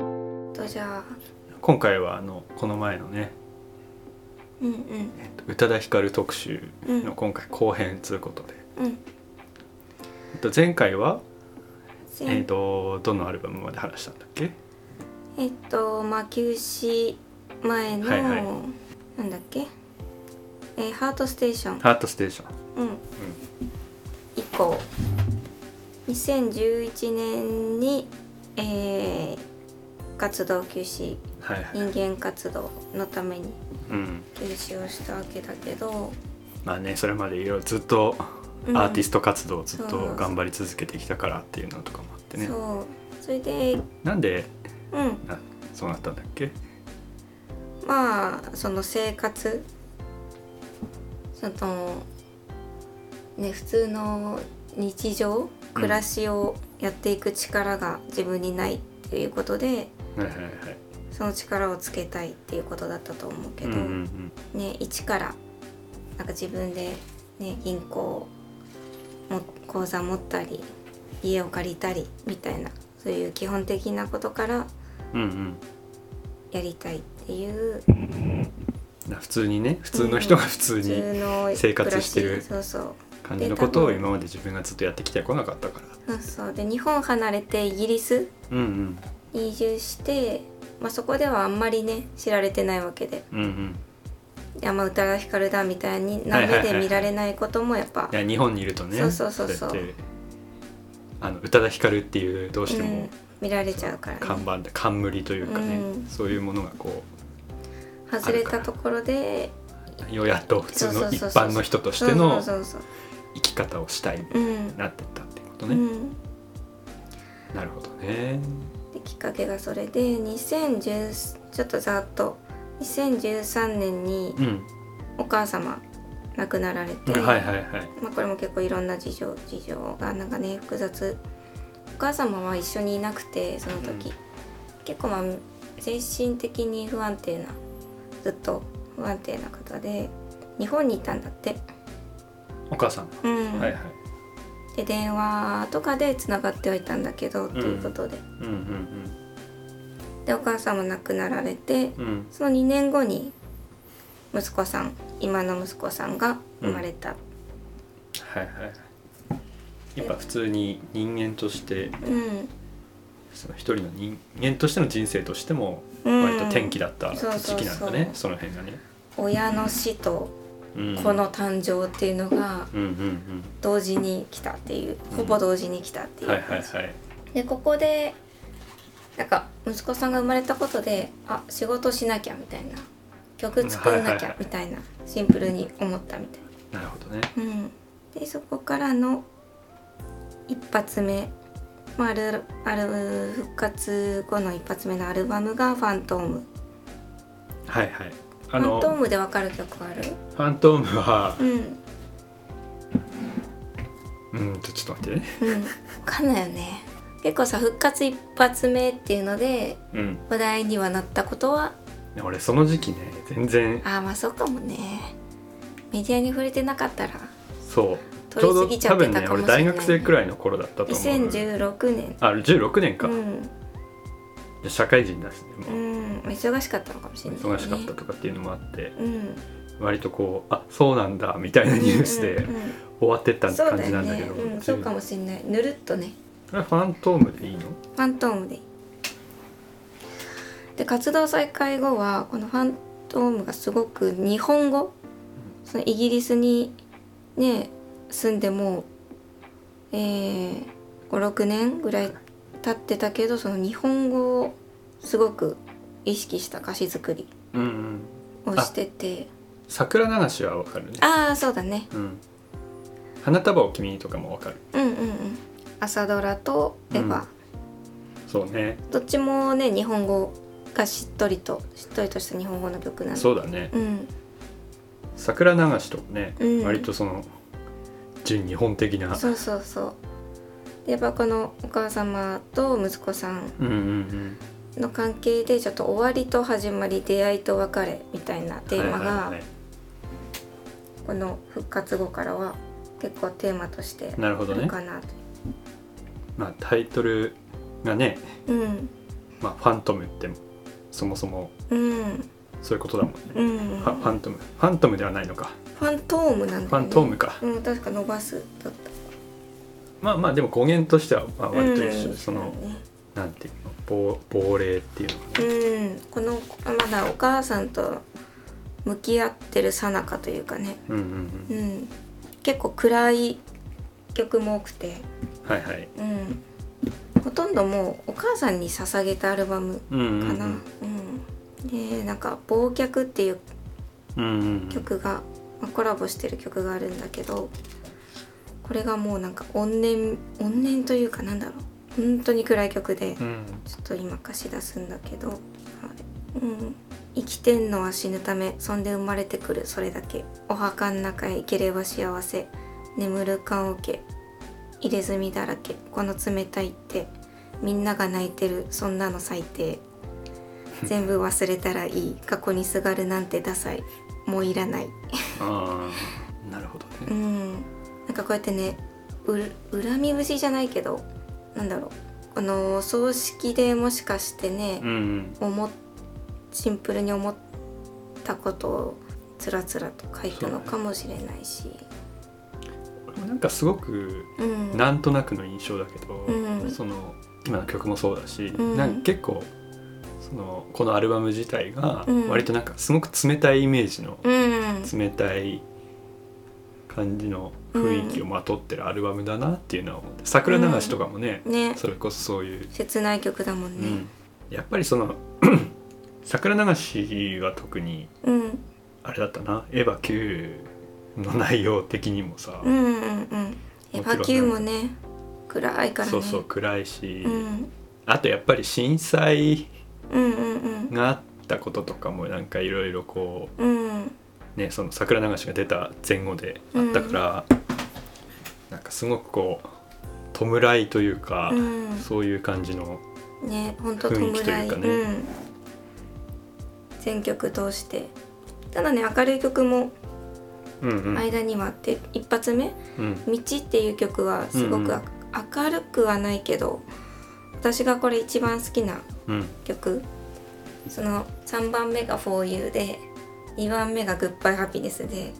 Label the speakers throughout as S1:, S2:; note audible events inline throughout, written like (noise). S1: うじゃあ
S2: 今回はあのこの前のね
S1: うんうん
S2: えっと宇多田ヒカル特集の今回後編ということで、
S1: うん
S2: えっと前回は、
S1: せん
S2: えっとどのアルバムまで話したんだっけ
S1: えっとまあ休止前の、
S2: はいはい
S1: なんだっけ、えーハートステーション、
S2: ハートステーション
S1: うん、以降2011年に、えー活動休止
S2: はいはい、
S1: 人間活動のために
S2: うん、
S1: 休止をしたわけだけど
S2: まあねそれまでいろいろずっとア
S1: うん
S2: ーティスト活動をずっ
S1: そうそうそ
S2: と
S1: う
S2: 頑張り続けてきたからっていうのとかもあってね
S1: そうそれで
S2: なんで
S1: うん
S2: なそうなったんだっけ
S1: まあその生活そのね普通の日常暮らしをやっていく力が自分にないっていうことで
S2: はいはいはい
S1: その力をつけたいっていうことだったと思うけ
S2: うん
S1: ど、
S2: うんうん
S1: ね一からなんか自分で、ね、銀行も口座持ったり家を借りたりみたいなそういう基本的なことから
S2: うんうん
S1: やりたいっていう
S2: だから普通にね普通の人が普通
S1: 普
S2: に
S1: 通の
S2: 生活してる
S1: 暮らしそうそう
S2: 感じのことを
S1: で多分
S2: 今まで自分がずっとやってきてこなかったから
S1: そうそうで日本離れてイギリス
S2: うん
S1: に移住して、まあ、そこではあんまりね知られてないわけで
S2: うんうんうん
S1: いやまあ宇多田ヒカルだみたいに
S2: は
S1: ない
S2: は
S1: 目
S2: いはいはい
S1: で見られないこともやっぱ
S2: いや日本にいるとね
S1: そうそうそうそう
S2: やってあの宇多田ヒカルっていうどうして
S1: う
S2: も
S1: ん、見られちゃうから、
S2: 看
S1: ね、
S2: 板で冠というかね、
S1: うん
S2: そういうものがこ
S1: 外れたところで
S2: うようやっと普
S1: そ
S2: 通
S1: う
S2: の
S1: そう
S2: 一
S1: そうそう
S2: 般の人としての
S1: そうそうそう
S2: 生き方をしたい
S1: そう、うん
S2: なってったっていうこと
S1: う
S2: ね、
S1: ん、
S2: なるほどね
S1: できっかけがそれで2010ちょっとざっと2013年に
S2: うん、
S1: お母様亡くなられて、
S2: はいはいはい
S1: まあ、これも結構いろんな事情事情がなんかね複雑お母様は一緒にいなくてその時、
S2: うん
S1: 結構まあ精神的に不安定なずっと不安定な方で日本にいたんだって、
S2: お母さん、
S1: うん
S2: はいはい
S1: で電話とかでつながってはいたんだけど、ということで
S2: うん
S1: でお母さんも亡くなられて
S2: うんうんうん
S1: その2年後に息子さん今の息子さんが生まれた、
S2: はいはいやっぱ普通に人間として
S1: うん
S2: その一人の人間としての人生としても
S1: うん
S2: 割と転機だった時期なんだね、
S1: うん
S2: その辺がね、
S1: 親の死と
S2: うん、
S1: 子の誕生っていうのが
S2: うんうん
S1: 同時に来たっていう
S2: うん
S1: ほぼ同時に来たって
S2: う
S1: い
S2: ん
S1: う
S2: はい
S1: 感じ、
S2: はいはい
S1: でここでなんか息子さんが生まれたことであ仕事しなきゃみたいな曲作んな
S2: はいはい
S1: き
S2: は
S1: ゃ
S2: い
S1: みたいなシンプルに思ったみたい
S2: なるほどね
S1: な、うん、でそこからの一発目、まあ、あるある復活後の一発目のアルバムが「ファントーム」
S2: はいはい
S1: フ
S2: あ
S1: ァ
S2: の
S1: ントームでわかる曲ある
S2: ファントームは
S1: うん
S2: うんちょちょっと待ってね
S1: うんわかんないよね結構さ復活一発目っていうので
S2: うん
S1: 話題にはなったことは
S2: で俺その時期ね全然
S1: ああまあそうかもねメディアに触れてなかったら
S2: そう
S1: 通
S2: ちょう
S1: り
S2: ど
S1: 過ぎちゃ
S2: 多
S1: ってた
S2: 分ね
S1: かも
S2: 俺
S1: しれない
S2: 大学生くらいの頃だったと思う
S1: 2016年
S2: あ16年か、
S1: うん、
S2: で社会人だしね
S1: う、
S2: もうん
S1: 忙しかったのかもしれない、ね、
S2: 忙しかったとかっていうのもあって
S1: うん
S2: 割とこうあそうなんだみたいなニュースで
S1: うんうん
S2: 終わってった
S1: そう
S2: 感
S1: だ
S2: じな
S1: よ
S2: んだけ
S1: ね、
S2: ど
S1: うん、そうかもしれないぬるっとね
S2: あれファントームでいいの
S1: ファントームでいいで活動再開後はこのファントームがすごく日本語そのイギリスにね住んでもう、えー、56年ぐらい経ってたけどその日本語をすごく意識した歌詞作り
S2: うんうん
S1: をしてて
S2: 桜流しはわかるね
S1: ああーそうだね
S2: うん花束を君にとかもわかる
S1: うんうんうん朝ドラとエヴァ、
S2: そうね
S1: どっちもね日本語がしっとりとしっとりとした日本語の曲なんで
S2: そうだね
S1: うん
S2: 桜流しとかね、
S1: うん
S2: 割とその純日本的な
S1: そうそうそうでやっぱこのお母様と息子さん
S2: うんうんうん
S1: の関係でちょっと終わりと始まり出会いと別れみたいなテーマ
S2: はいはい
S1: が
S2: はい
S1: この復活後からは結構テーマとしてあ
S2: なるほど
S1: る
S2: ね、
S1: かなと
S2: まあ、タイトルがね、
S1: うん
S2: まあ、ファントムってそもそも
S1: うん
S2: そういうことだもんね、
S1: うん
S2: ファファントムファントムではないのか
S1: ファントームなんだ、ね、
S2: ファントムか、
S1: うん確か伸ばすだった
S2: まあまあでも語源としてはまあ割と一緒、
S1: うん
S2: そのなんていうの亡亡霊っていうのか
S1: うんこのまだお母さんと向き合ってるさなかというかね、
S2: なうんうんう
S1: うんん、結構暗い曲も多くて、
S2: はいはい
S1: うん、ほとんどもうお母さんに捧げたアルバム
S2: うんうん
S1: かな、うんでなんか「忘却」っていう
S2: うんうんうん
S1: 曲が、まあコラボしてる曲があるんだけどこれがもうなんか怨念怨念というかなんだろう本当に暗い曲で、
S2: うん
S1: ちょっと今貸し出すんだけど、はいうん、生きてんのは死ぬためそんで生まれてくるそれだけお墓ん中へ行ければ幸せ眠る棺桶入れ墨だらけこの冷たいってみんなが泣いてるそんなの最低全部忘れたらいい過去にすがるなんてダサいもういらない
S2: ああなるほど
S1: う
S2: ね
S1: んなんかこうやってねうる恨み節じゃないけどなんだろうこの葬式でもしかしてね、
S2: うんうん
S1: 思っシンプルに思ったことをつらつらと書いたのかもしれないし
S2: 俺もなんかすごく
S1: うん
S2: なんとなくの印象だけど、
S1: うん
S2: その今の曲もそうだし、
S1: うん
S2: なんか結構そのこのアルバム自体が
S1: うん
S2: 割となんかすごく冷たいイメージの
S1: うん
S2: 冷たい感じの雰囲気をまとってるアルバムだなっていうのは思って桜流しとかもね、
S1: ね
S2: それこそそういう、
S1: 切ない曲だも
S2: うん
S1: ね
S2: ん、やっぱりその (clears throat) 桜流しは特に
S1: うん
S2: あれだったな「エヴァ Q」の内容的にもさ、
S1: うんうんうんエヴァキューもね暗いからね
S2: そうそう暗いし、
S1: うん
S2: あとやっぱり震災
S1: うんうん
S2: があったこととかもなんかいろいろこ
S1: うんうん
S2: うねその桜流しが出た前後であったから、なんかすごくこう弔いというか、
S1: うん
S2: そういう感じの
S1: ね本当弔
S2: 雰囲気とい
S1: いう
S2: かね
S1: うん全曲通してただね明るい曲も
S2: うんうん、
S1: 間にはあって一発目
S2: うん
S1: 「道」っていう曲はすご
S2: うん
S1: く
S2: うん
S1: 明るくはないけど、私がこれ一番好きな
S2: うん
S1: 曲その3番目が「For You」で2番目が「Goodbye Happiness」で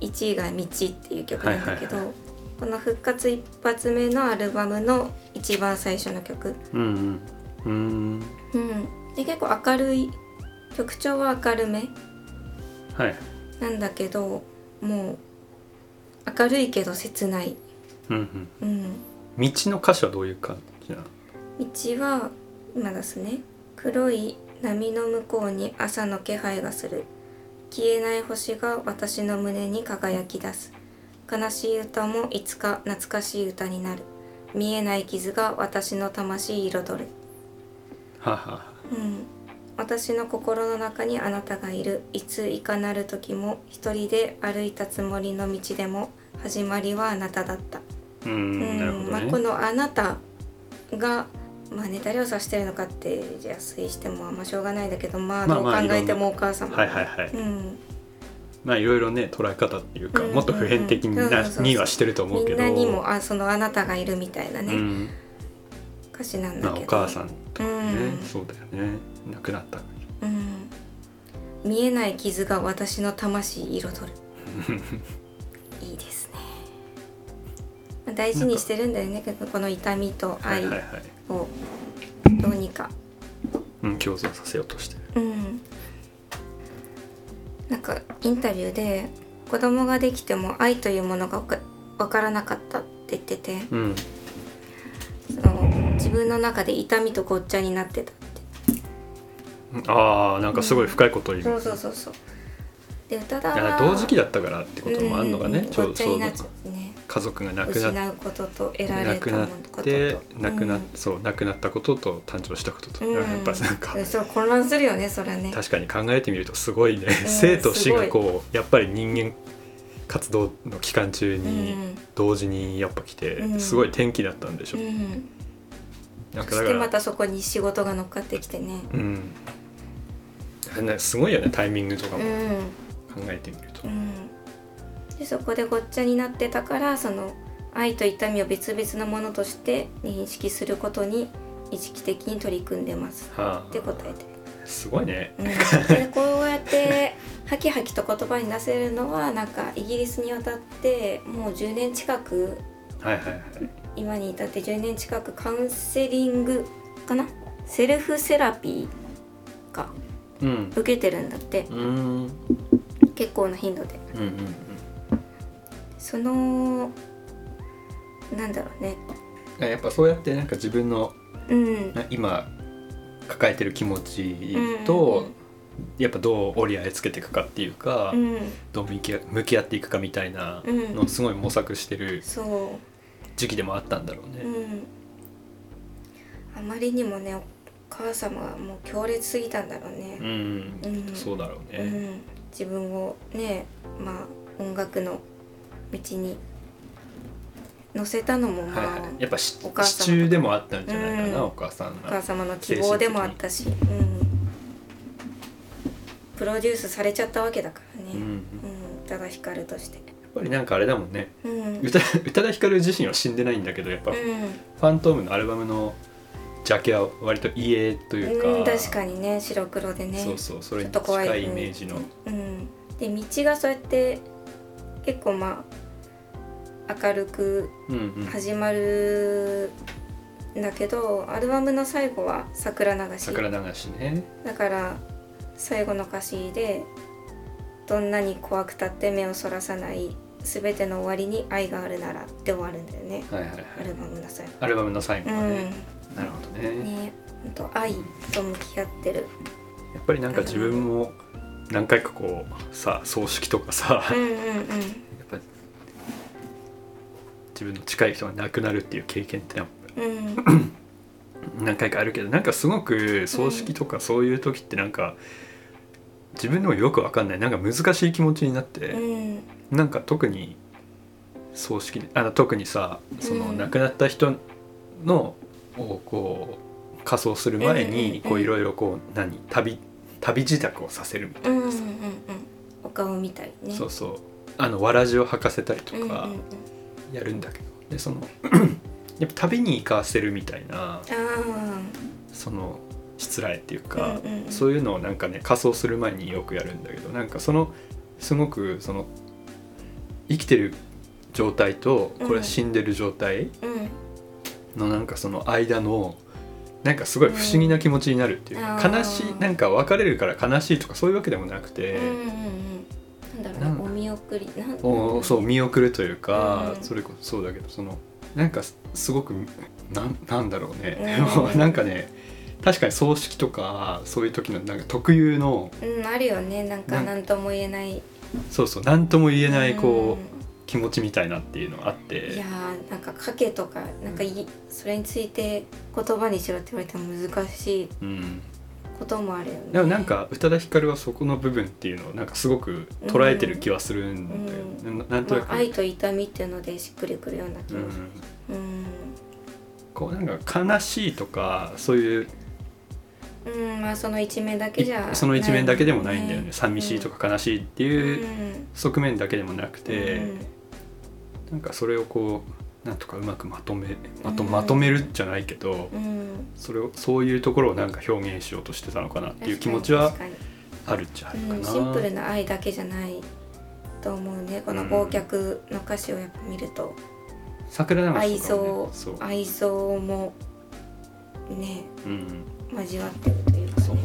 S1: 1位が「道」っていう曲なんだけど、
S2: はいはい
S1: この復活一発目のアルバムの一番最初の曲、
S2: うんうんうん
S1: うん、で結構明るい曲調は明るめ
S2: はい
S1: なんだけどもう明るいけど切ない。
S2: うんうん
S1: うん
S2: 道の歌詞はどういう感じなの
S1: 道は今ですね黒い波の向こうに朝の気配がする消えない星が私の胸に輝き出す悲しい歌もいつか懐かしい歌になる見えない傷が私の魂彩る
S2: はあはあ
S1: うん私の心の中にあなたがいるいついかなる時も一人で歩いたつもりの道でも始まりはあなただった
S2: うん、
S1: うん
S2: なるほど
S1: まあ、
S2: ね、
S1: この「あなたが」まあ、ね、誰を指してるのかってじゃあ推してもあんましょうがないんだけどまあ
S2: まあ
S1: どう考
S2: まあ
S1: えてもお母様、
S2: はいはいはい
S1: うん、
S2: まあいろいろね捉え方っていうか、
S1: うん
S2: もっと普遍的にな、
S1: うんそうそうそう
S2: にはしてると思
S1: み
S2: うけ
S1: ん
S2: ど
S1: なにもあその「あなたがいる」みたいなね、
S2: うん
S1: 歌詞なんだ
S2: まあ、
S1: け
S2: お
S1: ど、
S2: 母さんとかね、
S1: うん
S2: そうだよね亡くなった
S1: うん見えない傷が私の魂彩
S2: (laughs)
S1: るいいですね、まあ、大事にしてるんだよねこの痛みと
S2: はい
S1: 愛
S2: はいはい、
S1: をどうにか。
S2: うん、共存させようとしてる
S1: うん、なんかインタビューで子供ができても愛というものがわかわからなかったって言ってて
S2: うん
S1: その自分の中で痛みとごっちゃになってたって
S2: ああなんかすごい深いことを言う、
S1: そうそうそうそうで宇多田
S2: いや
S1: は
S2: 同時期だったからってこともあるのがね、
S1: うん
S2: ちょ
S1: ごっ
S2: う
S1: ちゃに
S2: ど
S1: なっちゃってね
S2: 家族が亡くなっ
S1: 失うことと得られ
S2: 亡く
S1: た
S2: なっ
S1: ことと
S2: て亡くな,、
S1: うん
S2: そう亡くなったことと誕生したことと、
S1: うん
S2: やっぱなんか
S1: そう混乱するよねそれはね
S2: 確かに考えてみるとすごいね、生と死がこうやっぱり人間活動の期間中に
S1: うん
S2: 同時にやっぱ来て、
S1: うん
S2: すごい転機だったんでしょ、
S1: うん、
S2: な
S1: そ
S2: んかだ
S1: し
S2: か
S1: て
S2: ら
S1: またそこに仕事が乗っかってきてね
S2: うんねすごいよねタイミングとか
S1: う
S2: も考
S1: ん
S2: えてみると、
S1: うん、でそこでごっちゃになってたからその愛と痛みを別々のものとして認識することに意識的に取り組んでます
S2: はあ
S1: って答えて
S2: すごいね
S1: うん、でこうやってハキハキと言葉に出せるのはなんかイギリスに渡ってもう10年近く
S2: はいはいはい
S1: 今に至って10年近くカウンセリングかなセルフセラピーか
S2: うん
S1: 受けてるんだって
S2: うんうん
S1: 結構な頻度で
S2: うんうん
S1: そのなんだろうね
S2: やっぱそうやってなんか自分の
S1: うん
S2: な今抱えてる気持ち
S1: うんう
S2: と、
S1: ん
S2: やっぱどう折り合いつけていくかっていうか、
S1: うん
S2: どう向き合向き合っていくかみたいな
S1: うん
S2: のをすごい模索してる
S1: そ
S2: 時期でもあったんだろう
S1: う
S2: ね。
S1: うんあまりにもねお母様がもう強烈すぎたんだろうね
S2: うん、
S1: うん
S2: そうだろう
S1: う
S2: ね。
S1: ん、自分をねまあ音楽の道に乗せたのもま
S2: はい
S1: あ、
S2: はい、やっぱし
S1: お母様
S2: 支柱でもあったんじゃないかな、
S1: うん
S2: お母さん
S1: お母
S2: が。
S1: 様の希望でもあったし、うん、プロデュースされちゃったわけだから
S2: うん
S1: ね、うんただ光るとして、
S2: やっぱりなんかあれだもんね
S1: うんうん
S2: 宇多宇多田ヒカル自身は死んでないんだけどやっぱ「ファントム」のアルバムのジャケは割と家というか,、
S1: うん、確かにね白黒でね
S2: そうそうそれ
S1: ちょ
S2: に
S1: っと怖い
S2: 近いイメージの、
S1: うん、で道がそうやって結構まあ明るく
S2: うんうん、
S1: 始まるんだけどアルバムの最後は桜流し
S2: 桜流しね。
S1: だから最後の歌詞で「どんなに怖くたって目をそらさない全ての終わりに愛があるなら」って終わるんだよね
S2: はいはいはい
S1: アルバムの最後。
S2: アルバムの最後
S1: う
S2: はね
S1: ん、
S2: なるほどね
S1: ねほんと愛と向き合ってる、
S2: やっぱりなんか自分も何回かこうさ葬式とかさ、
S1: うん
S2: や
S1: うんうん、
S2: っぱ自分の近い人が亡くなるっていう経験ってやっぱ
S1: うん、
S2: 何回かあるけどなんかすごく葬式とかそういう時ってなんか自分でもよくわかんないなんか難しい気持ちになって、 (laughs)
S1: うん、
S2: なんか特に葬式あの特にさその
S1: うん
S2: 亡くなった人のをこう仮装する前
S1: うんうんう
S2: に
S1: ん
S2: こういろいろこう何旅旅支度をさせるみた
S1: う
S2: い
S1: んうんう
S2: なんさ、
S1: お顔みたいね
S2: そうそうあのわらじを履かせたりと
S1: うんうん
S2: か
S1: うん、
S2: やるんだけど、でその (clears throat) やっぱ旅に行かせるみたいな
S1: あ
S2: その失礼っていう
S1: あ
S2: か、
S1: うんうん、
S2: そういうのをなんかね仮装する前によくやるんだけどなんかそのすごくその生きてる状態とこれは死んでる状
S1: う
S2: 態
S1: ん
S2: のなんかその間のなんかすごい不思議な気持ちになるっていう
S1: うんあ
S2: か
S1: ー
S2: 悲しいなんか別れるから悲しいとかそういうわけでもなくて
S1: うんうんうん、なんだろう
S2: な
S1: ね
S2: ん
S1: お見送りなん
S2: おそう見送るというか
S1: うん
S2: それこそそうだけどそのなんかすすごくなんなんだろうね
S1: うん
S2: もう (laughs) なんかね確かに葬式とかそういう時のなんか特有の
S1: うんあるよねなんか
S2: なん
S1: 何とも言えない
S2: そうそう何とも言えないこう
S1: うん
S2: 気持ちみたいなっていうのがあっ
S1: い
S2: て
S1: やーなんか賭けとかなんかいそれについて言葉にしろって言われても難しい
S2: うん、
S1: こともあるよね
S2: でもなんか宇多田ヒカルはそこの部分っていうのをなんかすごく捉えてる気はするんだよ、
S1: う
S2: ななんと
S1: ま
S2: なく、
S1: あ、愛と痛みっていうのでしっくりくるような気
S2: う
S1: が
S2: ん、
S1: うん、
S2: こうなんか悲しいとかそういう
S1: うんまあその一面だけじゃ
S2: その一面だけでもないんだよね寂しいと
S1: か
S2: か悲しいって
S1: う
S2: いううん側面だけでもなくて、
S1: うん
S2: なんかそれをこうなんとかうまくまとめまと
S1: うん
S2: まとめるじゃないけど、
S1: うん、
S2: それをそういうところをなんか表現しようとしてたのかなっていう気持ち
S1: 確
S2: は
S1: かに
S2: あるっちゃあるかな。
S1: うん、シンプルな愛だけじゃないと思うねこの「忘却」の歌詞をやっぱ見ると、
S2: 桜流しとかもね
S1: 愛憎
S2: そう、
S1: 愛憎もね
S2: うん、
S1: 交わってるというか、
S2: そう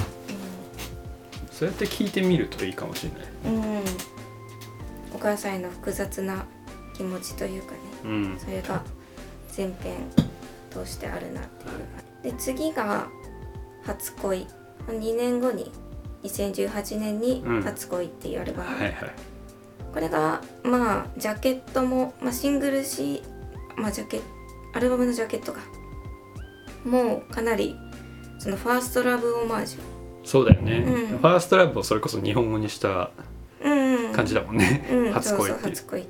S2: そうやって聞いてみるといいかもしれない。
S1: うん、うんお母さんへの複雑な気持ちというかね
S2: うん。
S1: それが全編通してあるなっていうで次が「初恋」2年後に2018年に
S2: う
S1: 「
S2: ん
S1: 初恋」っていうアルバム
S2: はいはい。
S1: これがまあジャケットも、まあ、シングルし、まあ、ジャケアルバムのジャケットがもうかなりそのファーストラブオマージ
S2: そうだよね。
S1: うん
S2: ファーストラブをそれこそ日本語にした
S1: ュうんうん
S2: 感じだもんね。
S1: うん、
S2: 初恋
S1: そう
S2: っ
S1: そう
S2: ていう
S1: 初恋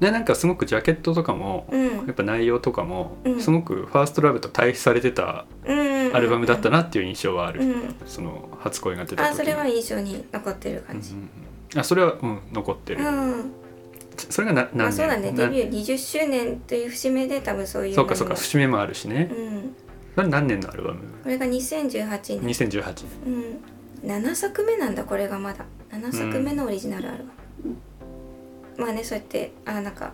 S2: でなんかすごくジャケットとかも、
S1: うん
S2: やっぱ内容とかも、
S1: うん
S2: すごくファーストラブと対比されてた
S1: うん
S2: アルバムだった
S1: な
S2: なっていう印象はある。
S1: うん
S2: その初恋が出た時
S1: あそれは印象に残ってる
S2: うん
S1: 感じ
S2: うんあそれはうん残って
S1: う
S2: る。
S1: ん、
S2: それがな何年
S1: まあ、そうだねデ
S2: な
S1: ビュー20周年という節目で多分そういう
S2: そうかそうか
S1: う
S2: 節目もあるしね。
S1: ん
S2: これ何年のアルバム
S1: これが2018年、
S2: 2018年
S1: うん、7作目なんだこれがまだ7作目のオリジナルアルバム、まあねそうやってあなんか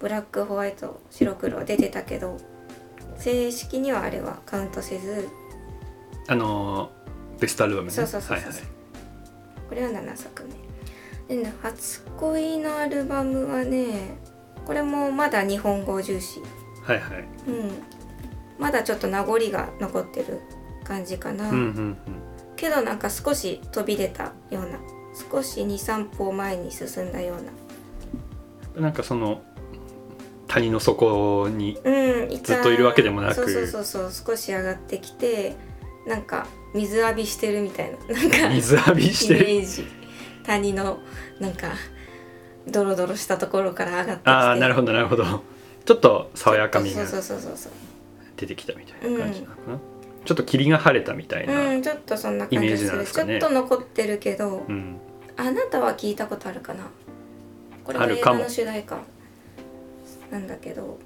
S1: ブラックホワイト白黒出てたけど正式にはあれはカウントせず
S2: あのーベストアルバムね
S1: そうそうそうそう
S2: はいはい
S1: これは7作目でね初恋のアルバムはねこれもまだ日本語重視
S2: はいはい
S1: うんまだちょっと名残が残ってる感じかな、
S2: うんうん
S1: けどなんか少し飛び出たような少し23歩前に進んだような
S2: うんなんかその谷の底に
S1: うんた
S2: ずっといるわけでもなく
S1: そうそうそうそう少し上がってきてなんか水浴びしてるみたいななんか
S2: 水浴びし
S1: イメ (laughs)
S2: て
S1: ージ谷のなんかドロドロしたところから上がってきて
S2: ああなるほどなるほどちょっと爽やかみ
S1: そ
S2: が
S1: うそうそうそうそう
S2: 出てきたみたいな感じなのかな、ちょっと霧が晴れたみたいな、
S1: うんちょっとそんな感
S2: イメ
S1: じす
S2: ージなん
S1: る
S2: ですかね
S1: ちょっと残ってるけど、
S2: うん
S1: あなたは聞いたことあるかなこれ
S2: あ
S1: は
S2: る
S1: 映
S2: か
S1: 画
S2: も
S1: の主題歌なんだけど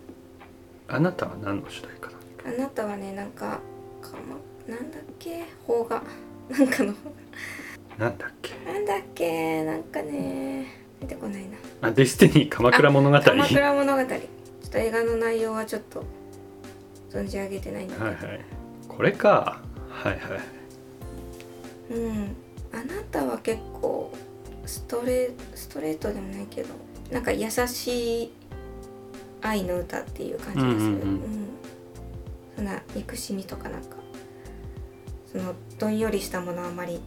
S2: あなたは何の主題かな
S1: あなたはねなんかかもなんだっけ邦画なんかの
S2: なんだっけ
S1: なんだっけなんかね出てこないな
S2: あデスティニー鎌倉物
S1: 「
S2: 語
S1: 鎌倉物語」ちょっと映画の内容はちょっと存じ上げてないんだけど、
S2: はいはいこれかはいはい
S1: うんあなたは結構ストレストレートでもないけどなんか優しい愛の歌っていう感じがする、
S2: うんうんうん
S1: そんな憎しみとかなんかそのどんよりしたものはあまり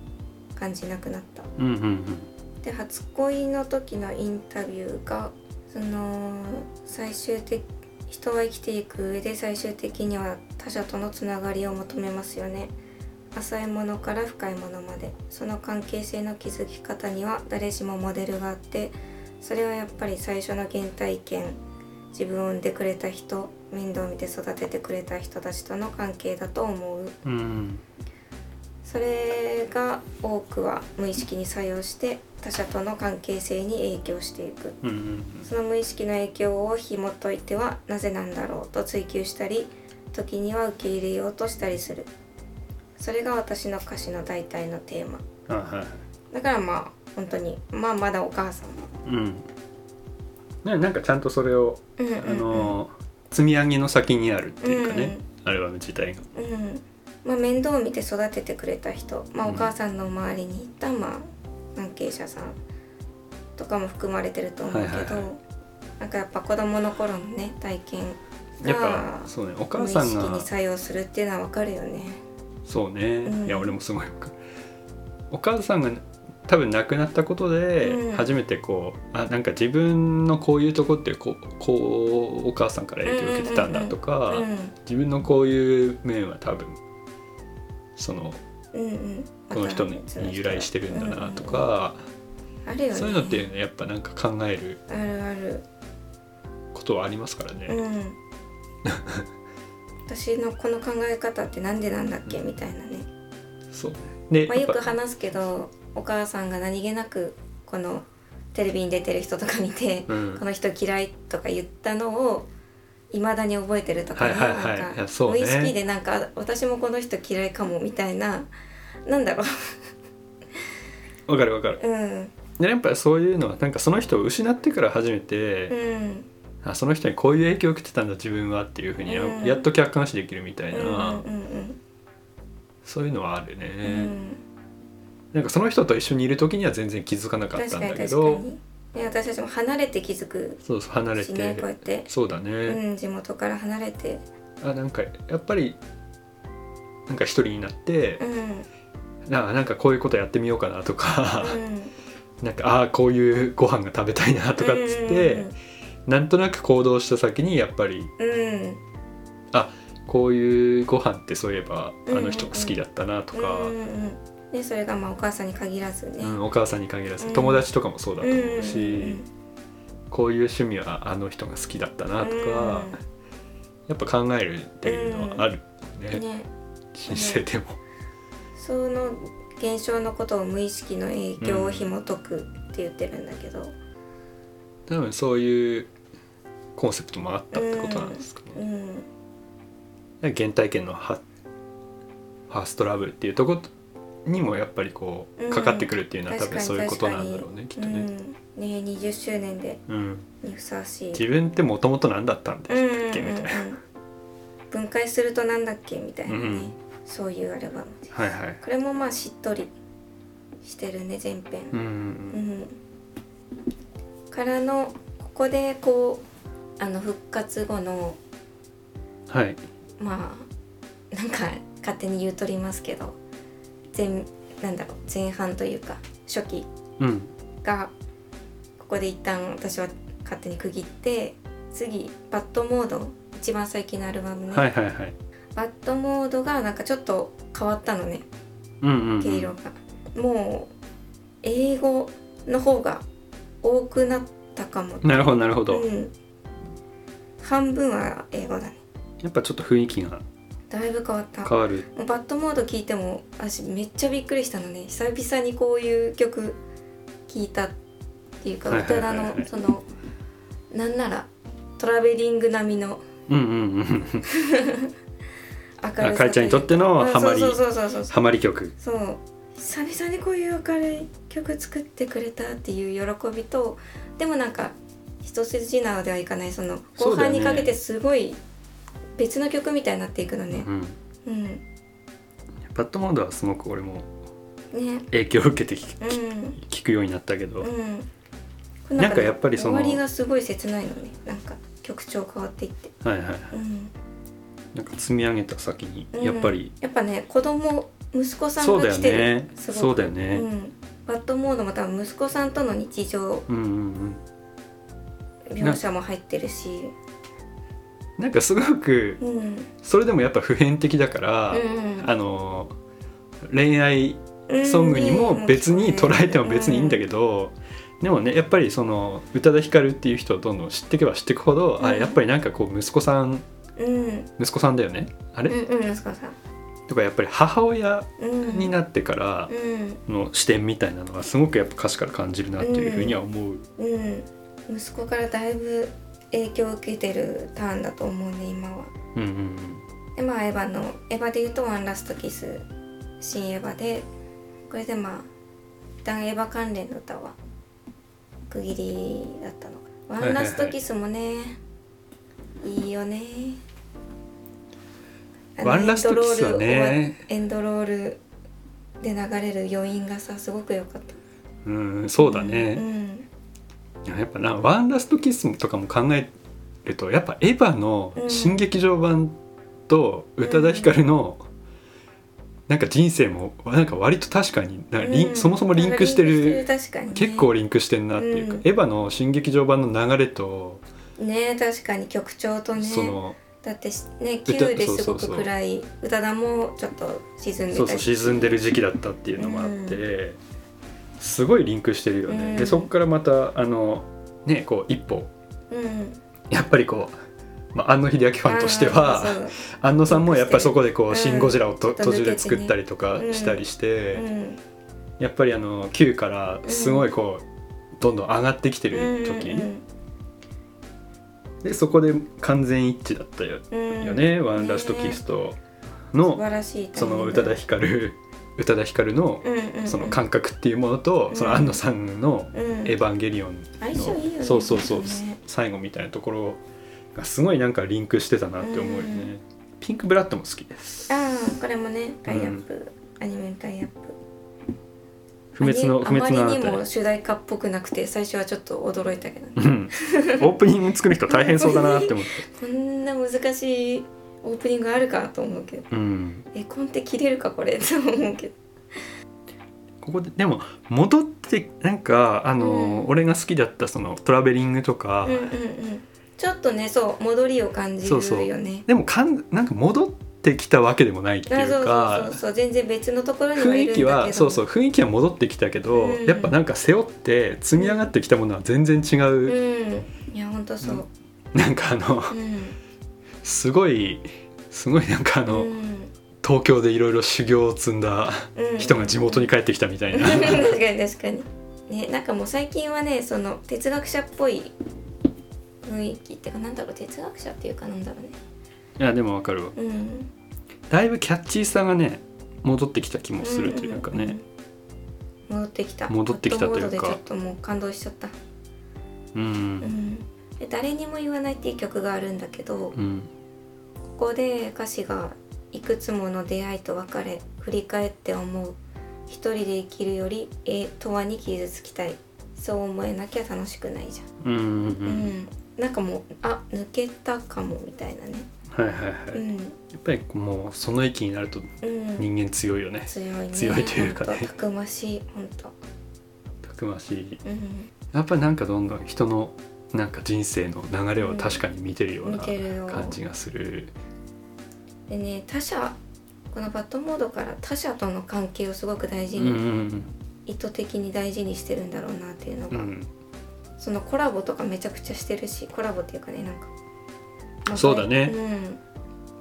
S1: 感じなくなった
S2: うんうんうん
S1: で初恋の時のインタビューがその最終的人は生きていく上で最終的には他者とのつながりを求めますよね浅いものから深いものまでその関係性の築き方には誰しもモデルがあってそれはやっぱり最初の原体験自分を産んでくれた人面倒を見て育ててくれた人たちとの関係だと思う
S2: うんうん
S1: それが多くは無意識に作用して他者との関係性に影響していく
S2: うんうん
S1: その無意識の影響を紐解いてはなぜなんだろうと追求したり時には受け入れようとしたりするそれが私の歌詞の大体のテーマ
S2: うんあはい
S1: だからまあ本当にまあまだお母さん
S2: うんななんかちゃんとそれを、
S1: うんうんうん
S2: あのー積み上げの先にあるっていうかね、アルバム自体が
S1: うんまあ、面倒を見て育ててくれた人、まあ、
S2: う
S1: お
S2: ん
S1: 母さんの周りにいた、まあ、関係者さんとかも含まれてると思うけど、
S2: はいはいはい
S1: なんかやっぱ子どもの頃のね体験
S2: やっぱ
S1: が
S2: そうねお
S1: 無
S2: 母
S1: 意
S2: さ
S1: 識
S2: ん
S1: に
S2: が
S1: 作用するっていうのはわかるよね。
S2: そうね、
S1: うん
S2: いや俺もすごいわかるお母さんが多分亡くなったことで、
S1: うん
S2: 初めてこうあなんか自分のこういうとこってこうこうお母さんから影響を受けてたんだと
S1: う
S2: か、
S1: ん
S2: 自分のこういう面は多分その
S1: うんうん、
S2: この人に由来してるんだなと、か、
S1: うんあるよね
S2: そういうのってやっぱなんか考える
S1: あるある
S2: ことはありますからね。
S1: うん
S2: (laughs)
S1: 私のこの考え方ってなんでなんだっけみたいなね
S2: そうねで、
S1: まあ、よく
S2: やっぱ
S1: 話すけどお母さんが何気なくこのテレビに出てる人とか見て、
S2: うん
S1: この人嫌いとか言ったのをいまだに覚えてるとかね
S2: はいはいはい
S1: なん
S2: いや
S1: か
S2: そうね
S1: 無意識でなんかあ私もこの人嫌いかもみたいななんだろ
S2: わかるわかる。
S1: う (laughs) うん
S2: でやっぱりそういうのはなんかその人を失ってから初めて、
S1: うん
S2: あその人にこういう影響を受けてたんだ自分はっていうふうにや,、
S1: うん
S2: っと客観視できるみたい
S1: うんう
S2: な、
S1: んうん
S2: そういうのはあるね、
S1: うんうん
S2: なんかその人と一緒にいる時には全然気づかなかった
S1: 確
S2: ん
S1: かに
S2: だけ
S1: 確か
S2: ど
S1: にね私たちも離れて気づく
S2: そうそう離れ、
S1: してねこうやって、
S2: そうだね、
S1: うん、地元から離れて
S2: あなんかやっぱりなんか一人になって
S1: う、んうん
S2: ななんかこういうことやってみようかなとか、なんかああこういうご飯が食べたいなとかっつって、なんとなく行動した先にやっぱり
S1: うんうんうんうん
S2: こういうご飯ってそういえばあの人
S1: うん
S2: 好
S1: うんうん
S2: きだったなとか、
S1: うんうんうん、でそれがまあお母さんに限らずね、
S2: うんお母さんに限らず
S1: うん
S2: 友達とかもそうだと
S1: うんうん
S2: 思うし、こういう趣味はあの人が好きだったなとか、やっぱ考えるっていうのはあるね、
S1: うんね
S2: 人生でも。
S1: その現象のことを無意識の影響を紐解くって言ってるんだけど、
S2: 多分そういうコンセプトもあったってことなんですかね。
S1: うん、
S2: なんか原体験のハファーストラブっていうとこにもやっぱりこ
S1: う
S2: うんかかってくるっていうのは多
S1: 確か
S2: 分
S1: に
S2: そういうことなんだろうね、きっとね。
S1: うん、ね20周年で
S2: うん、
S1: にふさわしい
S2: 自分ってもともと何だったんだっ
S1: うんうんうんう
S2: けみたいな。
S1: ん分解するとなんだっけみたいなね、
S2: うんうん
S1: そういうアルバムです
S2: はいはい。
S1: これもまあしっとりしてるね全編
S2: うんう
S1: うんん、からのここでこうあの復活後の
S2: うん、はい。
S1: まあなんか勝手に言うとりますけど前なんだろう前半というか初期
S2: うん
S1: がここで一旦私は勝手に区切って次バッドモード一番最近のアルバムね、
S2: はいはいはい。
S1: バッドモードがなんかちょっと変わったのね
S2: うんうん、
S1: 毛色
S2: う
S1: が、もう英語の方が多くなったかも
S2: ん。なるほどなるほど。
S1: うん、半分は英語だね
S2: やっぱちょっと雰囲気が
S1: だいぶ変わった
S2: 変わる。
S1: もうバッドモード聞いても私めっちゃびっくりしたのね久々にこういう曲聞いたっていうか
S2: はい
S1: 宇
S2: はい
S1: 多
S2: は
S1: 田
S2: いはい
S1: のそのなんならトラベリング並みの
S2: うんうんうん。
S1: 明る
S2: あ
S1: さ
S2: かえちゃんにとっての
S1: うん
S2: ハマり、
S1: そうそうそうそうそう
S2: ハマり曲。
S1: そう久々にこういう明るい曲作ってくれたっていう喜びとでもなんか一筋縄ではいかないその
S2: そ
S1: 後
S2: うだよ
S1: 半
S2: ね
S1: にかけてすごい別の曲みたいになっていくのね
S2: うん。
S1: うん
S2: バッドモードはすごく俺も
S1: ね
S2: 影響を受けて聞,、
S1: うん
S2: 聞くようになったけど、
S1: うん、
S2: なんかやっぱりその
S1: 終わりがすごい切ないのねなんか曲調変わっていって、
S2: はいはいはい。
S1: うん
S2: なんか積み上げた先に
S1: うん
S2: やっぱり、
S1: やっぱね子供息子さん
S2: そう
S1: が
S2: だよ
S1: 来てる
S2: ね。
S1: すごく
S2: そうだよね。
S1: うん、バッドモードも多分息子さんとの日常
S2: うんうんうん。
S1: 描写も入ってるし
S2: なんかすごく
S1: うんうん
S2: それでもやっぱ普遍的だから、
S1: うん
S2: あの恋愛
S1: うん
S2: ソングにも別に捉えても別にいいんだ
S1: ど、
S2: けど、でもねやっぱりその宇多田ヒカルっていう人をどんどん知っていけば知っていくほど、
S1: うん
S2: あやっぱりなんかこう息子さん
S1: うんうん
S2: 息子さんだよねあ
S1: う
S2: れ、
S1: ん、うん息子さん、
S2: とかやっぱり母親
S1: うん、
S2: になってから
S1: うん
S2: の視点みたいなのはすごくやっぱ歌詞から感じるなっていうふうには思う、
S1: うん、息子からだいぶ影響を受けてるターンだと思うね今は
S2: うんうん
S1: でまあエヴァのエヴァで言うと「ワンラストキス」「新エヴァで」これでまあ一旦エヴァ関連の歌は区切りだったのか「ワンラストキス」もね、いいよねあの
S2: ワンラストキスはね
S1: エンドロールエンドロールで流れる余韻がさすごく良かった
S2: うんうんそうだ
S1: う
S2: ね、
S1: ん
S2: やっぱな「ワンラストキス」とかも考えるとやっぱエヴァの
S1: うん
S2: 新劇場版と宇多田ヒカルのなんか人生もなんか割と確かになリン
S1: うん
S2: そもそもリンクして
S1: リン
S2: る
S1: クしてる確かにね
S2: 結構リンクしてんなっていうか、
S1: うん
S2: エヴァの新劇場版の流れと、
S1: ね確かに曲調とね
S2: その
S1: だってしね
S2: 歌
S1: 9ですご
S2: そう
S1: く
S2: そうそう
S1: 暗い宇多田もちょっと沈んで
S2: そう
S1: た
S2: そう
S1: り
S2: 沈んでる時期だったっていうのもあって、すごいリンクしてるよね。
S1: うん
S2: でそこからまたあのねこう一歩
S1: うん
S2: やっぱりこう、まあ、安野秀明ファンとしては
S1: あーそう
S2: 安野さんもやっぱそこでこ
S1: う
S2: う「
S1: ん
S2: シン・ゴジラ」を
S1: ち
S2: と
S1: ょっと
S2: 途
S1: 抜け
S2: 中
S1: てね
S2: で作ったりとかしたりして、
S1: うん
S2: やっぱりあの Q からすごいこうどんどん上がってきてる時、でそこで完全一致だったよ
S1: うんうんうん
S2: よね「ワンラストキストの
S1: 素晴らしい
S2: その宇多田ヒカル宇多田ヒカルの
S1: うんうんうん
S2: その感覚っていうものと、
S1: うん
S2: その安野さんの
S1: うん
S2: 「エヴァンゲリオンの」
S1: 相性いいよね
S2: そうそうそう、
S1: ね
S2: 最後みたいなところがすごいなんかリンクしてたなって思う
S1: う
S2: よね、
S1: ん
S2: ピンク・ブラッドも好きです
S1: ああこれもねタイアップ、アニメのタイアップ
S2: 不滅の
S1: あ
S2: 不
S1: に
S2: 滅の
S1: あ
S2: あ
S1: ま
S2: な
S1: りに
S2: た
S1: も主題歌っぽくなくて最初はちょっと驚いたけど、
S2: うんオープニング作る人大変そうだなって思っ
S1: こんな難しいオープニングあるかと思うけど
S2: て、うん、
S1: えコンテ切れるかこれと思うけど
S2: ここででも戻ってなんかあの、
S1: うん
S2: 俺が好きだったそのトラベリングとか、
S1: うんうんうんちょっとねそう戻りを感じるよね
S2: そうそうでもかんなんか戻ってきたわけでもないって
S1: あ
S2: いうか
S1: そうそうそうそう全然別のところにはいるんだ
S2: 雰囲
S1: け
S2: 気
S1: ど
S2: はそうそう雰囲気は戻ってきたけど、
S1: うん
S2: やっぱなんか背負って積み上がってきたものは全然違
S1: う
S2: う、
S1: んいや本当そう
S2: なんかあの
S1: うん
S2: すごいすごいなんかあの、
S1: うん
S2: 東京でいろいろ修行を積んだ
S1: うん
S2: 人が地元に帰ってきたみたいな、
S1: 確かに確かにねなんかもう最近はねその哲学者っぽい雰囲気っていうかなんだろう哲学者っていうかなんだろうね
S2: いやでもわかるわ
S1: うん
S2: だいぶキャッチーさがね戻ってきた気もするというかね、
S1: んんん戻ってきた
S2: 戻ってきたとい
S1: ホットモード
S2: うか
S1: でちょっともう感動しちゃった、
S2: うん
S1: うん、で誰にも言わないっていう曲があるんだけど、こ
S2: うん
S1: こで歌詞が「いくつもの出会いと別れ振り返って思う一人で生きるより永遠に傷つきたいそう思えなきゃ楽しくないじ
S2: うんうんうん
S1: ゃん」うん、なんかもうあ抜けたかもみたいなね
S2: はいはいはい、
S1: う
S2: や
S1: ん
S2: っぱりもうその域になると
S1: うん
S2: 人間強いよね、
S1: 強いね
S2: 強いというかね
S1: ほんとたくましい本当
S2: たくましい
S1: うん
S2: やっぱりなんかどんどん人のなんか人生の流れを確かに見てるよう
S1: 見てるよ
S2: な感じがする、
S1: でね他者このバッドモードから他者との関係をすごく大
S2: う
S1: 事
S2: んう
S1: に、
S2: ん
S1: 意図的に大事にしてるんだろうなっていうの
S2: うんう
S1: が、
S2: ん
S1: そのコラボとかめちゃくちゃしてるしコラボっていうかねなんか、まあ
S2: そうだね
S1: う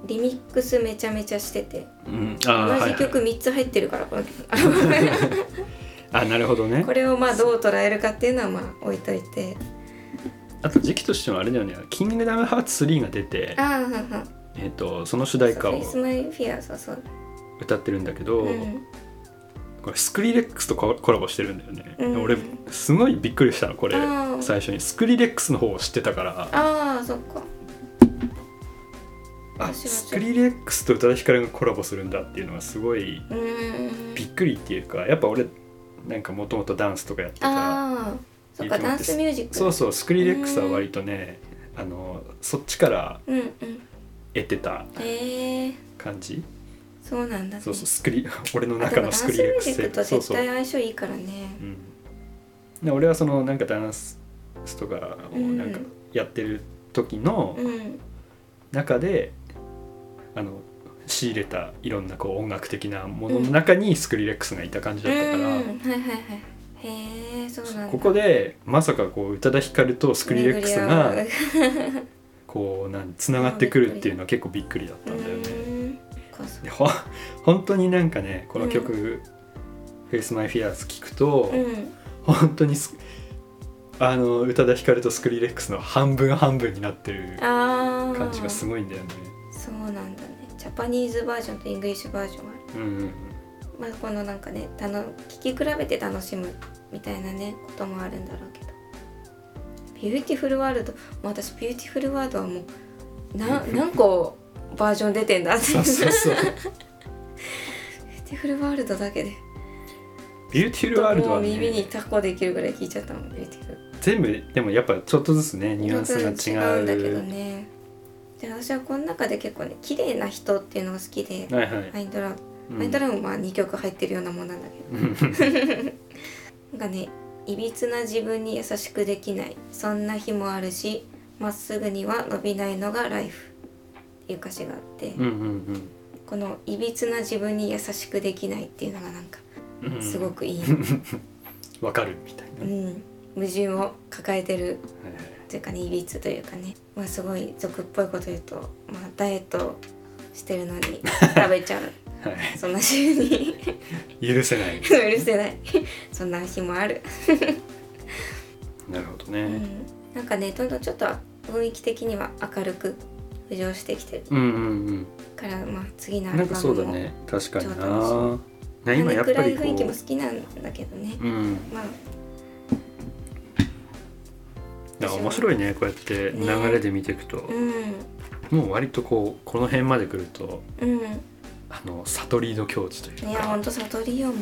S1: ん、リミックスめちゃめちゃしてて
S2: うん
S1: 同
S2: あーはい
S1: じ
S2: はい
S1: 曲3つ入ってるからこの (laughs) 曲
S2: あなるほどね (laughs)
S1: これをまあどう捉えるかっていうのはまあ置いといて
S2: あと時期としてもあれだよね「キングダムハーツ3」が出て
S1: あ、あはんはん
S2: えー、とその主題
S1: フ
S2: 歌を
S1: ェイスマイフィアそうそう
S2: 歌ってるんだけど、
S1: うん
S2: これスクリレックスとココラボしてるんだよね、
S1: うん
S2: 俺すごいびっくりしたのこれ
S1: あー
S2: 最初にスクリレックスの方を知ってたから
S1: ああそっか
S2: あ
S1: 私は
S2: スクリレックスと宇多田ヒカルがコラボするんだっていうのがすごいう
S1: ーん
S2: びっくりっていうかやっぱ俺なんかもともとダンスとかやってた
S1: ああそっかダンスミュージック
S2: そうそうスクリレックスは割とねあのそっちから
S1: うんうん
S2: 得てた
S1: へえ
S2: 感じ
S1: そうなんだね
S2: そうそうスクリ (laughs) 俺の
S1: あでも
S2: 中
S1: ダン
S2: のス
S1: ス
S2: ク
S1: ミ
S2: リ
S1: ュ
S2: レッ
S1: ー
S2: ク
S1: ジ
S2: ス
S1: ックと
S2: そう
S1: 絶
S2: そう
S1: 対相性いいからね
S2: うん、で俺はそのなんかダンスとかをなんか
S1: うん
S2: やってる時の
S1: うん
S2: 中で、あの仕入れたいろんなこう音楽的なものの中にスクリレックスがいた感じだったから、
S1: うんはいはいはいへえそうなんだ
S2: ここでまさかこう宇多田ヒカルとスクリレックスが
S1: 巡り
S2: こうなんつながってくるっていうのは結構びっくりだった
S1: 合うん
S2: だよね。
S1: うんそっかそっ
S2: でほん本当になんかねこの曲「フェイス・マイ・フィアーズ」聴くと、
S1: かうん
S2: 本当にすあの宇多田ヒカルとスクリレックスの半分半分になってる
S1: ああ
S2: 感じがす
S1: い
S2: ごいんだよね。
S1: そうなんだねジャパニーズバージョンとイングリッシュバージョンある
S2: う
S1: (laughs)
S2: んうんうん、
S1: まあこのなんかねたの聞き比べて楽しむみたいなねこともあるんだろうけどビューティフルワールドもう私ビューティフルワードはもうな何個バージョン出てんだって
S2: そうそうそう
S1: ビューティフルワールドだけで
S2: ビューティフルワールド
S1: も
S2: は、
S1: う耳に
S2: ね、
S1: タコできるぐらい聞いちゃったもんビューティフル
S2: 全部でもやっぱちょっとずつねニュアンスが
S1: う
S2: 違うん
S1: だけどねで私はこの中で結構ね綺麗な人っていうのが好きで
S2: はいはい、
S1: アイドラム、
S2: うん
S1: アイドラムもまあ2曲入ってるようなもんなんだけどなんかねいびつな自分に優しくできないそんな日もあるしまっすぐには伸びないのがライフっていう歌詞があって、
S2: うんうん
S1: このいびつな自分に優しくできないっていうのがなんか
S2: うんうん
S1: すごくいい、
S2: わかるみたいな、
S1: う
S2: はい
S1: ん、矛盾を抱えてる
S2: はい
S1: というかねいびつというかねまあすごい俗っぽいこと言うと、まあ、ダイエットしてるの
S2: (laughs)
S1: に食べちゃう
S2: は
S1: そんな週に (laughs)
S2: い、許せない
S1: 許せないそんな日もある
S2: なるほど
S1: う
S2: ね、
S1: んなんかねどんどんちょっと雰囲気的には明るく浮上してきてる
S2: うん、うんうん
S1: から、まあ、次のア
S2: な
S1: ル
S2: んか
S1: バ
S2: そ
S1: ム
S2: うだ
S1: も、
S2: ね確かに
S1: ちょ
S2: なな今
S1: あ
S2: や
S1: の
S2: っぱ
S1: 暗
S2: り
S1: い
S2: こ
S1: 雰囲気も
S2: う
S1: 好きなんだけどね、
S2: うん
S1: まあ
S2: だから面白いねこうやって流れで見ていくと、
S1: うん
S2: もう割とこうこの辺まで来ると
S1: うん
S2: あの悟りの境地とい
S1: いうや
S2: か
S1: ほんと悟りよもう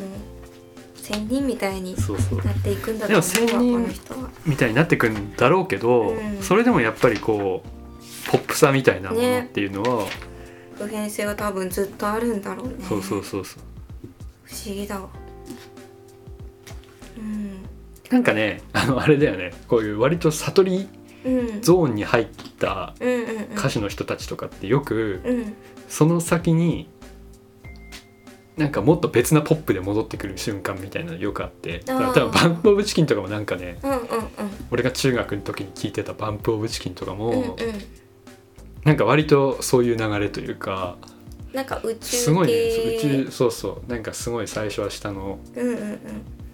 S1: 仙人みたいに
S2: そうそう
S1: なっていくんだと
S2: でも
S1: 思う
S2: 仙
S1: わ
S2: 人
S1: この人は
S2: みたいになってくんだろうけど、
S1: うん
S2: それでもやっぱりこうポップさみたいなものっていうのは、
S1: 普遍性は多分ずっとあるんだろうね
S2: そうそうそうそう
S1: 不思議だわうん
S2: なんかねあのあれだよねこういう割と悟り
S1: うん
S2: ゾーンに入った
S1: うんうんうん
S2: 歌手の人たちとかってよく
S1: うん
S2: その先になんかもっと別なポップで戻ってくる瞬間みたいなのよくあって
S1: あー
S2: だから多分バンプ・オブ・チキンとかもなんかね
S1: うんうん
S2: 俺が中学の時に聴いてたバンプ・オブ・チキンとかも、
S1: うんうんうん
S2: なんか割とそういう流れというか
S1: なんか宇宙系
S2: すごいね宇宙そうそうなんかすごい最初は下の
S1: うんうんうん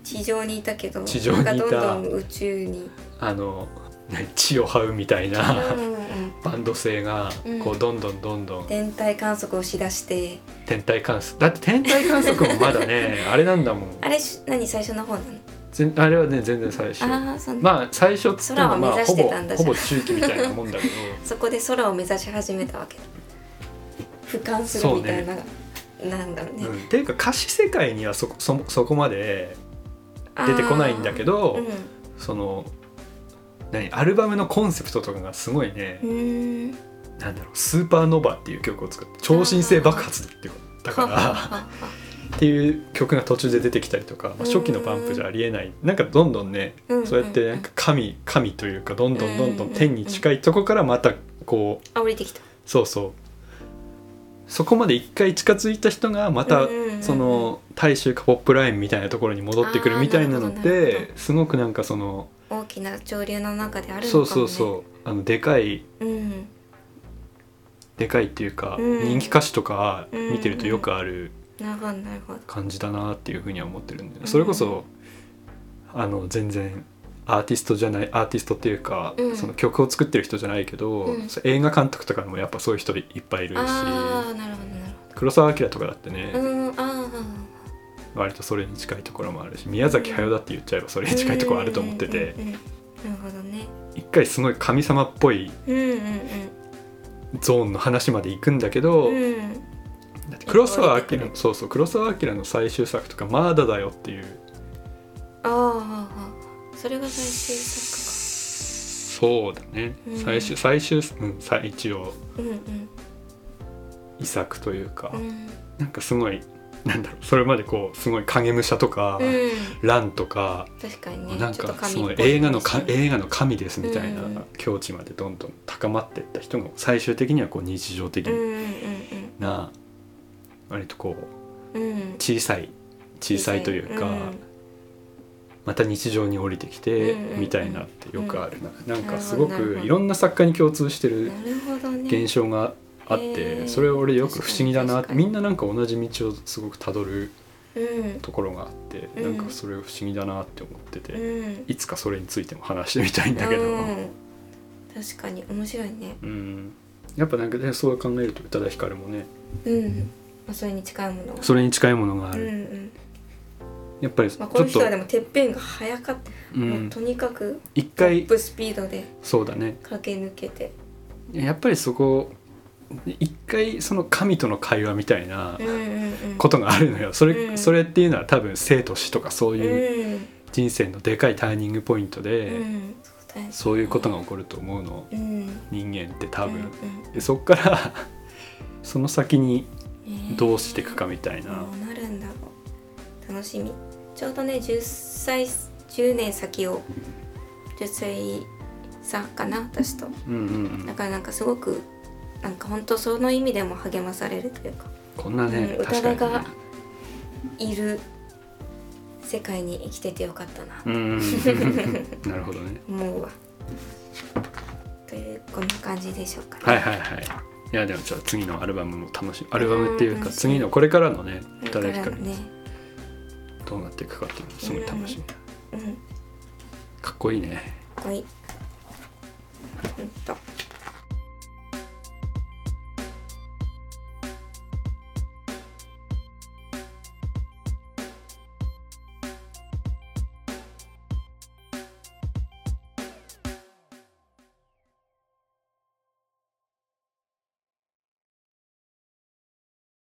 S1: 地上にいたけど
S2: 地上にいた
S1: なんかどんどん宇宙に
S2: あのね地を這うみたいな
S1: うんうんうん
S2: バンド性が
S1: うん
S2: こうどんどんどんどん
S1: 天体観測をしだして
S2: 天体観測だって天体観測もまだね
S1: (laughs)
S2: あれなんだもん
S1: あれし何最初の方なの
S2: ぜんあれはね全然最初
S1: ああそんな、
S2: まあ最初っつってもま
S1: 空を目指
S2: あほ
S1: して
S2: ぼ
S1: たんだ
S2: ほぼ中期みたいなもんだけど
S1: そこで空を目指し始めたわけだ俯瞰するみたいな、なんだろう (laughs) ね、
S2: うん、っていうか歌詞世界にはそこそそこまで
S1: あー
S2: 出てこないんだけど、
S1: うんう
S2: その何アルバムのコンセプトとかがすごいね、
S1: ーん
S2: なんだろう「スーパーノバ」っていう曲を使って超新星爆発だっていうだか
S1: はは
S2: ら
S1: は
S2: っていう曲が途中で出てきたりとか、まあ、初期のバンプじゃありえないなんかどんどんね
S1: うん
S2: (laughs) そうやってなんか神神というかどんどんどんど
S1: うんん
S2: 天に近いとこからまたこう
S1: あ降りてきた
S2: そうそうそこまで一回近づいた人がまた
S1: うんうんうん
S2: その大衆かポップラインみたいなところに戻ってくるみたいなのっ
S1: あーなるほどなるほ
S2: てすごくなんかその
S1: 大きな潮流の中であるのかも、ね、
S2: そうそうそうあのでかい
S1: うん
S2: でかいっていうか
S1: うん
S2: 人気歌手とか見てるとよくある
S1: なるほどなるほど
S2: 感じだなっていうふうには思ってるんで
S1: うん
S2: それこそあの全然アーティストじゃないアーティストっていうか、
S1: うん
S2: その曲を作ってる人じゃないけど、
S1: うん
S2: そう映画監督とかでもやっぱそういう人いっぱいいるし
S1: ああなるほどなる
S2: 黒澤明とかだってね、
S1: ほどうんあ
S2: 割とそれに近いところもあるし宮崎駿だって言っちゃえばそれに近いところあると思ってて、
S1: うんうんうんなるほどね
S2: 一回すごい神様っぽい
S1: うんうん
S2: ゾーンの話まで行くんだけど、
S1: うんうん
S2: だって黒澤
S1: いっぱい出て
S2: 明そうそう黒澤明の最終作とか「まだだよ」っていう
S1: あーあーあーそれが最終作
S2: そうだね、
S1: うん
S2: 最終最終うん最一応
S1: かうんうん
S2: 遺作というか、
S1: うん
S2: なんかすごいなんだろうそれまでこうすごい影武者とか、
S1: うん
S2: 乱とか、
S1: 確かにね
S2: なん
S1: ちょっと
S2: か
S1: 神
S2: すごい
S1: っぽ
S2: 映画の
S1: 話
S2: か
S1: ね
S2: 映画の神ですみたい
S1: うん
S2: な境地までどんどん高まっていった人が最終的にはこう日常的
S1: うんうん
S2: な、割とこう
S1: うんうん
S2: 小さい小さいというか、
S1: ん
S2: また日常に降りてきて
S1: うんうんうん
S2: みたいなってよくあるな、なんかすご
S1: なるほどなる
S2: く
S1: ほど
S2: いろんな作家に共通してる
S1: なるほどね
S2: 現象があって、
S1: へー
S2: それは俺よく不思議だな
S1: 確
S2: って
S1: かに
S2: みんななんか同じ道をすごくたどる
S1: うん
S2: ところがあって、
S1: うん
S2: なんかそれ不思議だなって思ってて、
S1: うん
S2: いつかそれについても話してみたいんだけど、
S1: うん確かに面白いね
S2: うんやっぱなんかねそう考えると宇多田ヒカルもね
S1: うんまあそれに近いものが
S2: それに近いものがあ
S1: うん
S2: る、
S1: うん
S2: やっぱりちょ
S1: まあ、
S2: っ
S1: この人
S2: と
S1: はでもてっぺんが早かった、
S2: う
S1: もうんとにかく
S2: 一
S1: トッ
S2: 回
S1: プスピードで
S2: そうだね
S1: 駆け抜けて、
S2: やっぱりそこ一回その神との会話みたいな
S1: うんうんうん、
S2: ことがあるのよそれ,、
S1: うん
S2: それっていうのは多分生と死とかそう
S1: う
S2: いうん人生のでかいターニングポイント
S1: う
S2: で、
S1: ん、そうだよね
S2: そういうことが起こると思うの
S1: うん
S2: 人間って多分、
S1: う
S2: でそっからその先に
S1: んうん
S2: どうしていくかみたいな
S1: どうなるんだろう楽しみちょうどね10歳10年先を10歳差かな私と
S2: うんうんうん
S1: だからなんかすごくなんか本当その意味でも励まされるというか
S2: こんなね、
S1: うん
S2: 確かに
S1: 宇
S2: ね、
S1: 多田がいる世界に生きててよかったな
S2: うんうんうんうんなるほどね
S1: 思うわというこんな感じでしょうかね、
S2: はいはいはいいやでもじゃあ次のアルバムも楽しみアルバムっていう
S1: う
S2: か
S1: ん
S2: 次のこれからのね宇
S1: こ
S2: 多
S1: れ
S2: 田
S1: から
S2: ヒカ
S1: の
S2: ル
S1: ね
S2: どうなっていくかっていうのすごい楽しみ
S1: うん
S2: かっこいいね
S1: かっこいい